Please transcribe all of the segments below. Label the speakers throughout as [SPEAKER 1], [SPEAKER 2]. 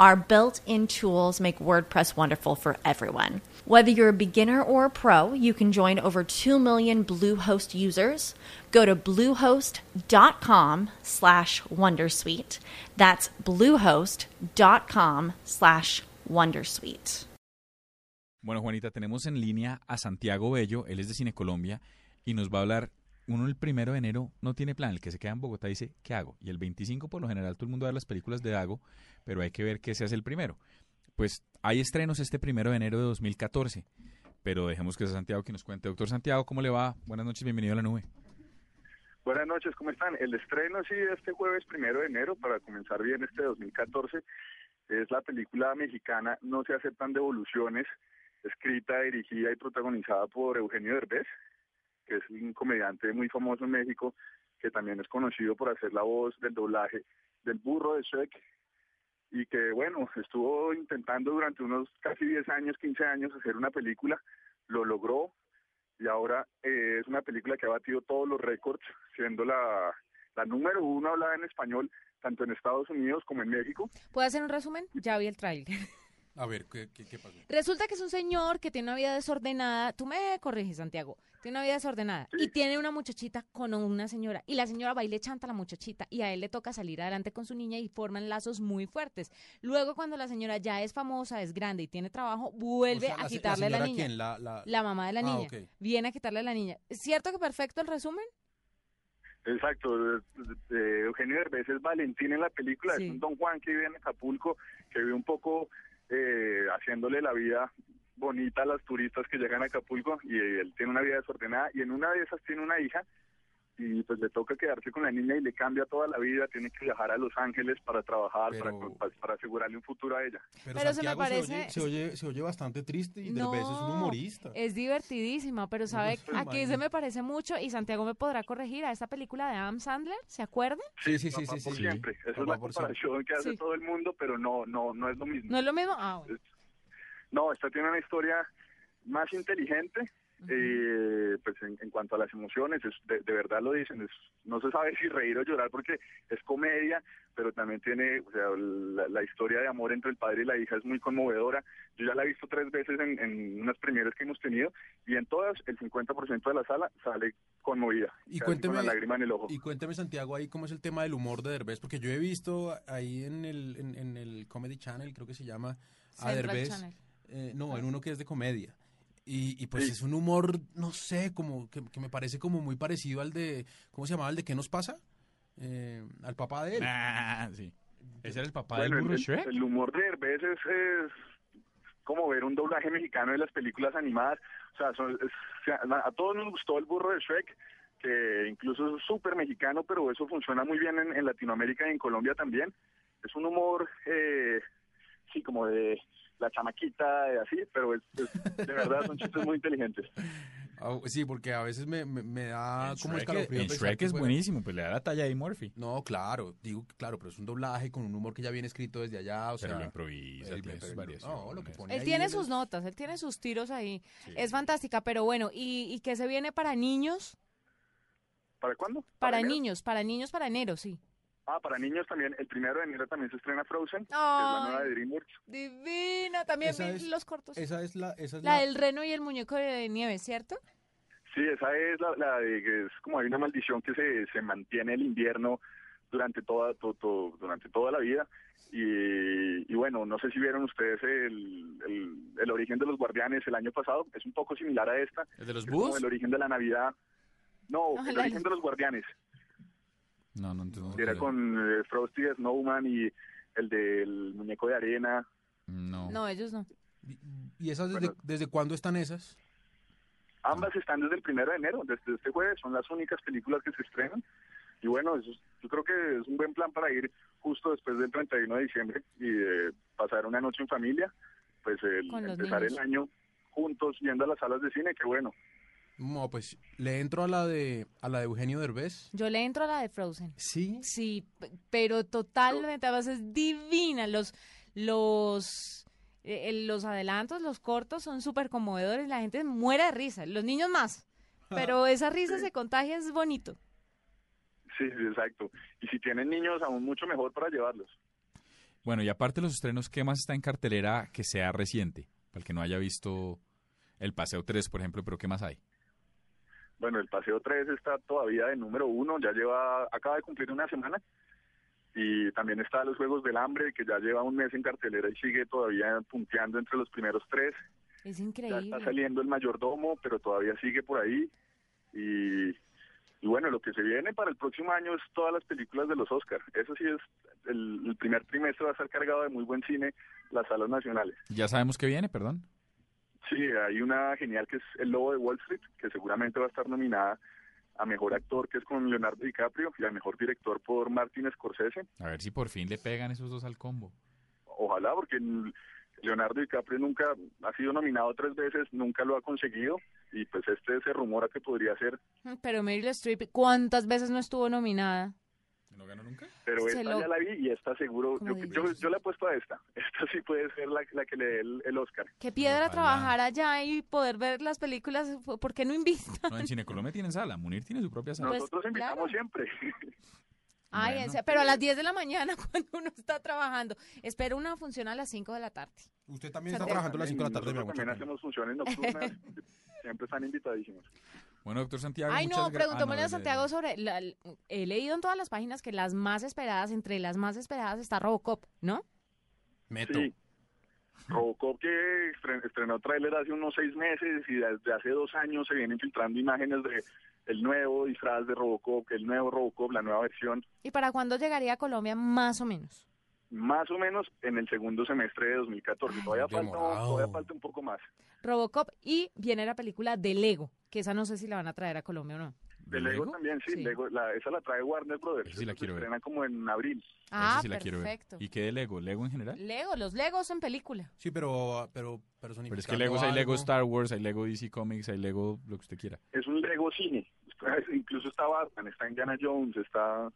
[SPEAKER 1] Our built in tools make WordPress wonderful for everyone. Whether you're a beginner or a pro, you can join over 2 million Bluehost users. Go to bluehost.com slash Wondersuite. That's bluehost.com slash Wondersuite.
[SPEAKER 2] Bueno, Juanita, tenemos en línea a Santiago Bello, él es de Cine Colombia, y nos va a hablar. Uno el primero de enero no tiene plan, el que se queda en Bogotá dice, ¿qué hago? Y el 25 por lo general todo el mundo va a ver las películas de Dago, pero hay que ver qué se hace el primero. Pues hay estrenos este primero de enero de 2014, pero dejemos que sea Santiago que nos cuente. Doctor Santiago, ¿cómo le va? Buenas noches, bienvenido a la nube.
[SPEAKER 3] Buenas noches, ¿cómo están? El estreno, sí, este jueves primero de enero, para comenzar bien este 2014, es la película mexicana No se aceptan devoluciones, escrita, dirigida y protagonizada por Eugenio Derbez, que es un comediante muy famoso en México, que también es conocido por hacer la voz del doblaje del burro de Shrek y que bueno, estuvo intentando durante unos casi 10 años, 15 años hacer una película, lo logró y ahora eh, es una película que ha batido todos los récords, siendo la, la número uno hablada en español, tanto en Estados Unidos como en México.
[SPEAKER 4] ¿Puedo hacer un resumen? Ya vi el tráiler.
[SPEAKER 5] A ver, ¿qué, qué, qué pasó?
[SPEAKER 4] Resulta que es un señor que tiene una vida desordenada. Tú me corriges, Santiago. Tiene una vida desordenada. Y tiene una muchachita con una señora. Y la señora va y le chanta a la muchachita. Y a él le toca salir adelante con su niña y forman lazos muy fuertes. Luego, cuando la señora ya es famosa, es grande y tiene trabajo, vuelve
[SPEAKER 5] O sea,
[SPEAKER 4] a
[SPEAKER 5] la se- la
[SPEAKER 4] quitarle la,
[SPEAKER 5] señora
[SPEAKER 4] niña.
[SPEAKER 5] quién, la- la-
[SPEAKER 4] mamá de la
[SPEAKER 5] Ah,
[SPEAKER 4] niña.
[SPEAKER 5] ok.
[SPEAKER 4] Viene a quitarle a la niña. ¿Cierto que perfecto el resumen?
[SPEAKER 3] Exacto, eh, eh, Eugenio Derbez es Valentín en la película,
[SPEAKER 4] Sí.
[SPEAKER 3] es un Don Juan que vive en Acapulco, que vive un poco eh, haciéndole la vida bonita a las turistas que llegan a Acapulco y eh, él tiene una vida desordenada y en una de esas tiene una hija y pues le toca quedarse con la niña y le cambia toda la vida, tiene que viajar a Los Ángeles para trabajar, para-
[SPEAKER 5] Pero-
[SPEAKER 3] para, para asegurarle un futuro a ella.
[SPEAKER 4] Pero
[SPEAKER 5] Pero,
[SPEAKER 4] se me
[SPEAKER 5] Santiago
[SPEAKER 4] parece-
[SPEAKER 5] oye, se, oye, se oye bastante triste y Derbez es un humorista.
[SPEAKER 4] Es divertidísima, pero sabe,
[SPEAKER 5] sé,
[SPEAKER 4] aquí se
[SPEAKER 5] imagínate.
[SPEAKER 4] me parece mucho y Santiago me podrá corregir a esta película de Adam Sandler, ¿se acuerda?
[SPEAKER 5] Sí, sí, sí,
[SPEAKER 3] Papá
[SPEAKER 5] sí.
[SPEAKER 3] por
[SPEAKER 5] sí.
[SPEAKER 3] siempre, esa es
[SPEAKER 5] Papá
[SPEAKER 3] la
[SPEAKER 5] por siempre.
[SPEAKER 3] comparación que hace
[SPEAKER 4] Sí.
[SPEAKER 3] todo el mundo, pero no, no, no es lo mismo.
[SPEAKER 4] ¿No es lo mismo? Ah, bueno.
[SPEAKER 3] No, esta tiene una historia más inteligente, eh, pues en, en cuanto a las emociones, es- de, de verdad lo dicen, es- no se sabe si reír o llorar porque es comedia, pero también tiene, o sea, la, la historia de amor entre el padre y la hija es muy conmovedora. Yo ya la he visto tres veces en, en unas primeras que hemos tenido y en todas el 50% de la sala sale conmovida,
[SPEAKER 5] Y
[SPEAKER 3] casi con
[SPEAKER 5] cuénteme-
[SPEAKER 3] la lágrima en el ojo.
[SPEAKER 5] Y cuéntame, Santiago, ahí cómo es el tema del humor de Derbez, porque yo he visto ahí en el, en, en el Comedy Channel, creo que se llama, a
[SPEAKER 4] Central
[SPEAKER 5] Derbez.
[SPEAKER 4] Channel. Ah.
[SPEAKER 5] eh, no, en uno que es de comedia. Y, y pues
[SPEAKER 3] Sí.
[SPEAKER 5] es un humor, no sé, como que, que me parece como muy parecido al de, ¿cómo se llamaba? ¿El de qué nos pasa? Eh, al papá de él.
[SPEAKER 2] Ah, sí. Ese era el papá
[SPEAKER 3] Bueno,
[SPEAKER 2] del burro
[SPEAKER 3] el,
[SPEAKER 2] Shrek.
[SPEAKER 3] el humor de Derbez es, es como ver un doblaje mexicano de las películas animadas. O sea, son- es- o sea, a todos nos gustó el burro de Shrek, que incluso es súper mexicano, pero eso funciona muy bien en, en Latinoamérica y en Colombia también. Es un humor, eh, sí, como de la chamaquita, de así, pero es- es- de verdad son chistes muy inteligentes.
[SPEAKER 5] Ah, sí, porque a veces me, me- me da
[SPEAKER 2] En
[SPEAKER 5] como
[SPEAKER 2] Shrek,
[SPEAKER 5] escalofrío
[SPEAKER 2] en
[SPEAKER 5] pensar
[SPEAKER 2] Shrek
[SPEAKER 5] que
[SPEAKER 2] es
[SPEAKER 5] fue-
[SPEAKER 2] buenísimo, pues le da la talla a Eddie Murphy.
[SPEAKER 5] No, claro, digo, que claro, pero es un doblaje con un humor que ya viene escrito desde allá, o
[SPEAKER 2] pero
[SPEAKER 5] sea,
[SPEAKER 2] lo improvisa,
[SPEAKER 5] él-
[SPEAKER 2] tiene sus
[SPEAKER 5] pero-
[SPEAKER 2] variaciones.
[SPEAKER 5] no, lo que pone
[SPEAKER 4] Él
[SPEAKER 5] ahí
[SPEAKER 4] tiene
[SPEAKER 5] es-
[SPEAKER 4] sus notas, él tiene sus tiros ahí.
[SPEAKER 2] Sí.
[SPEAKER 4] Es fantástica, pero bueno, ¿y, y qué se viene para niños?
[SPEAKER 3] ¿Para cuándo?
[SPEAKER 4] Para
[SPEAKER 3] enero?
[SPEAKER 4] niños, para niños, para enero, sí.
[SPEAKER 3] Ah, para niños también. El primero de enero también se estrena Frozen, que es la
[SPEAKER 4] Ay.
[SPEAKER 3] nueva de DreamWorks.
[SPEAKER 4] Divina, también
[SPEAKER 5] Esa
[SPEAKER 4] vi
[SPEAKER 5] es-
[SPEAKER 4] los cortos.
[SPEAKER 5] Esa es la, esa es
[SPEAKER 4] la
[SPEAKER 5] la,
[SPEAKER 4] del reno y el muñeco de nieve, ¿cierto?
[SPEAKER 3] Sí, esa es la, la de que es como hay una maldición que se, se mantiene el invierno durante toda to- to- durante toda la vida y, y bueno no sé si vieron ustedes el, el, el origen de los guardianes el año pasado es un poco similar a esta
[SPEAKER 2] ¿El de los
[SPEAKER 3] es como
[SPEAKER 2] búhos?
[SPEAKER 3] el origen de la navidad no
[SPEAKER 4] Ah,
[SPEAKER 3] el
[SPEAKER 4] la-
[SPEAKER 3] origen de los guardianes
[SPEAKER 2] No, no, entonces no
[SPEAKER 3] que era
[SPEAKER 2] recuerdo.
[SPEAKER 3] con eh, Frosty Snowman y el del muñeco de arena
[SPEAKER 2] No.
[SPEAKER 4] No, ellos no.
[SPEAKER 5] ¿Y- ¿Y esas desde,
[SPEAKER 3] Bueno.
[SPEAKER 5] desde cuándo están esas?
[SPEAKER 3] Ambas están desde el primero de enero, desde este jueves, son las únicas películas que se estrenan. Y bueno, eso es- yo creo que es un buen plan para ir justo después del 31 de diciembre y eh, pasar una noche en familia, pues el
[SPEAKER 4] Con los
[SPEAKER 3] empezar el
[SPEAKER 4] niños.
[SPEAKER 3] año juntos yendo a las salas de cine, que bueno,
[SPEAKER 5] No, pues le entro a la de a la de Eugenio Derbez.
[SPEAKER 4] Yo le entro a la de Frozen.
[SPEAKER 5] Sí.
[SPEAKER 4] Sí, p- pero totalmente, además es divina. Los, los, eh, eh, los adelantos, los cortos son súper conmovedores. La gente muere de risa, los niños más. Pero esa risa se contagia, es bonito.
[SPEAKER 3] sí, sí, exacto. Y si tienen niños, aún mucho mejor para llevarlos.
[SPEAKER 2] Bueno, y aparte de los estrenos, ¿qué más está en cartelera que sea reciente? Para el que no haya visto El Paseo 3, por ejemplo, pero ¿qué más hay?
[SPEAKER 3] Bueno, el Paseo 3 está todavía de número uno, ya lleva, acaba de cumplir una semana. Y también está Los Juegos del Hambre, que ya lleva un mes en cartelera y sigue todavía punteando entre los primeros tres.
[SPEAKER 4] Es
[SPEAKER 3] Ya está
[SPEAKER 4] increíble.
[SPEAKER 3] saliendo el mayordomo, pero todavía sigue por ahí. Y, y bueno, lo que se viene para el próximo año es todas las películas de los Oscars. Eso sí es, el, el primer trimestre va a estar cargado de muy buen cine, las salas nacionales.
[SPEAKER 2] Ya sabemos que viene, perdón.
[SPEAKER 3] Sí, hay una genial que es El Lobo de Wall Street, que seguramente va a estar nominada a Mejor Actor, que es con Leonardo DiCaprio, y a Mejor Director por Martin Scorsese.
[SPEAKER 2] A ver si por fin le pegan esos dos al combo.
[SPEAKER 3] Ojalá, porque Leonardo DiCaprio nunca ha sido nominado tres veces, nunca lo ha conseguido, y pues este se rumora que podría ser
[SPEAKER 4] Mm, Pero Meryl Streep, ¿cuántas veces no estuvo nominada?
[SPEAKER 2] ¿No ganó nunca?
[SPEAKER 3] Pero
[SPEAKER 4] Se
[SPEAKER 3] esta
[SPEAKER 4] lo-
[SPEAKER 3] ya la vi y esta seguro,
[SPEAKER 4] ¿Cómo
[SPEAKER 3] yo, yo,
[SPEAKER 4] dices?
[SPEAKER 3] yo le apuesto a esta. Esta sí puede ser la, la que le dé el, el Oscar.
[SPEAKER 4] Qué piedra
[SPEAKER 2] Ojalá.
[SPEAKER 4] trabajar allá y poder ver las películas. ¿Por qué no invita?
[SPEAKER 2] No, en Cinecolombia tienen sala. Munir tiene su propia sala.
[SPEAKER 4] Pues,
[SPEAKER 3] Nosotros invitamos
[SPEAKER 4] claro.
[SPEAKER 3] siempre.
[SPEAKER 4] Ay,
[SPEAKER 2] Bueno.
[SPEAKER 4] en serio, pero a las 10 de la mañana cuando uno está trabajando. Espero una función a las 5 de la tarde.
[SPEAKER 5] Usted también
[SPEAKER 4] O sea,
[SPEAKER 5] está
[SPEAKER 4] te-
[SPEAKER 5] trabajando a las 5 de la tarde, mi
[SPEAKER 3] Nosotros
[SPEAKER 5] amor.
[SPEAKER 3] También hacemos funciones nocturnas. siempre están invitadísimos.
[SPEAKER 2] Bueno, doctor Santiago.
[SPEAKER 4] Ay,
[SPEAKER 2] muchas
[SPEAKER 4] no,
[SPEAKER 2] gra-
[SPEAKER 4] preguntémosle
[SPEAKER 2] Ah, no,
[SPEAKER 4] a Santiago sobre... la- l- he leído en todas las páginas que las más esperadas, entre las más esperadas está Robocop, ¿no?
[SPEAKER 5] Meto.
[SPEAKER 3] Sí. Robocop que estren- estrenó tráiler hace unos seis meses y desde hace dos años se vienen filtrando imágenes de el nuevo disfraz de Robocop, el nuevo Robocop, la nueva versión,
[SPEAKER 4] ¿Y para cuándo llegaría a Colombia más o menos?
[SPEAKER 3] más o menos en el segundo semestre de 2014. Todavía falta,
[SPEAKER 5] demorado.
[SPEAKER 3] todavía falta un poco más.
[SPEAKER 4] Robocop y viene la película de Lego, que esa no sé si la van a traer a Colombia o no.
[SPEAKER 2] ¿De
[SPEAKER 3] De Lego,
[SPEAKER 2] Lego?
[SPEAKER 3] también, sí,
[SPEAKER 4] Sí.
[SPEAKER 3] Lego, la- esa la trae Warner Brothers.
[SPEAKER 2] Esa sí la
[SPEAKER 3] Esa se
[SPEAKER 2] quiero ver.
[SPEAKER 3] estrena como en abril.
[SPEAKER 2] Esa
[SPEAKER 4] Ah,
[SPEAKER 2] sí la quiero ver.
[SPEAKER 4] perfecto.
[SPEAKER 2] ¿Y qué de Lego? ¿Lego en general?
[SPEAKER 4] Lego, los Legos en película.
[SPEAKER 5] Sí, pero pero
[SPEAKER 2] Pero es que Legos hay Lego Star Wars, hay Lego DC Comics, hay Lego lo que usted quiera.
[SPEAKER 3] Es un Lego cine. Está- Incluso está Batman, está Indiana Jones, está...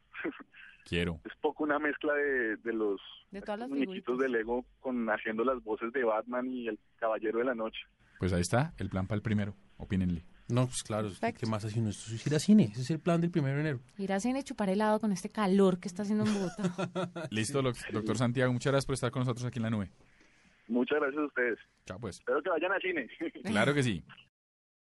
[SPEAKER 2] Quiero.
[SPEAKER 3] es poco una mezcla de, de los
[SPEAKER 4] De todas las
[SPEAKER 3] muñequitos
[SPEAKER 4] figuritas.
[SPEAKER 3] de Lego con haciendo las voces de Batman y el Caballero de la Noche.
[SPEAKER 2] Pues ahí está, el plan para el primero. Opínenle.
[SPEAKER 5] No, pues claro, es que
[SPEAKER 4] Perfecto.
[SPEAKER 5] ¿qué más hace uno? Esto es ir a cine, ese es el plan del primero de enero.
[SPEAKER 4] Ir a cine y chupar helado con este calor que está haciendo en Bogotá.
[SPEAKER 2] Listo, lo- doctor Santiago, muchas gracias por estar con nosotros aquí en la nube.
[SPEAKER 3] Muchas gracias a ustedes.
[SPEAKER 2] Chao, pues.
[SPEAKER 3] Espero que vayan al cine.
[SPEAKER 2] Claro que sí.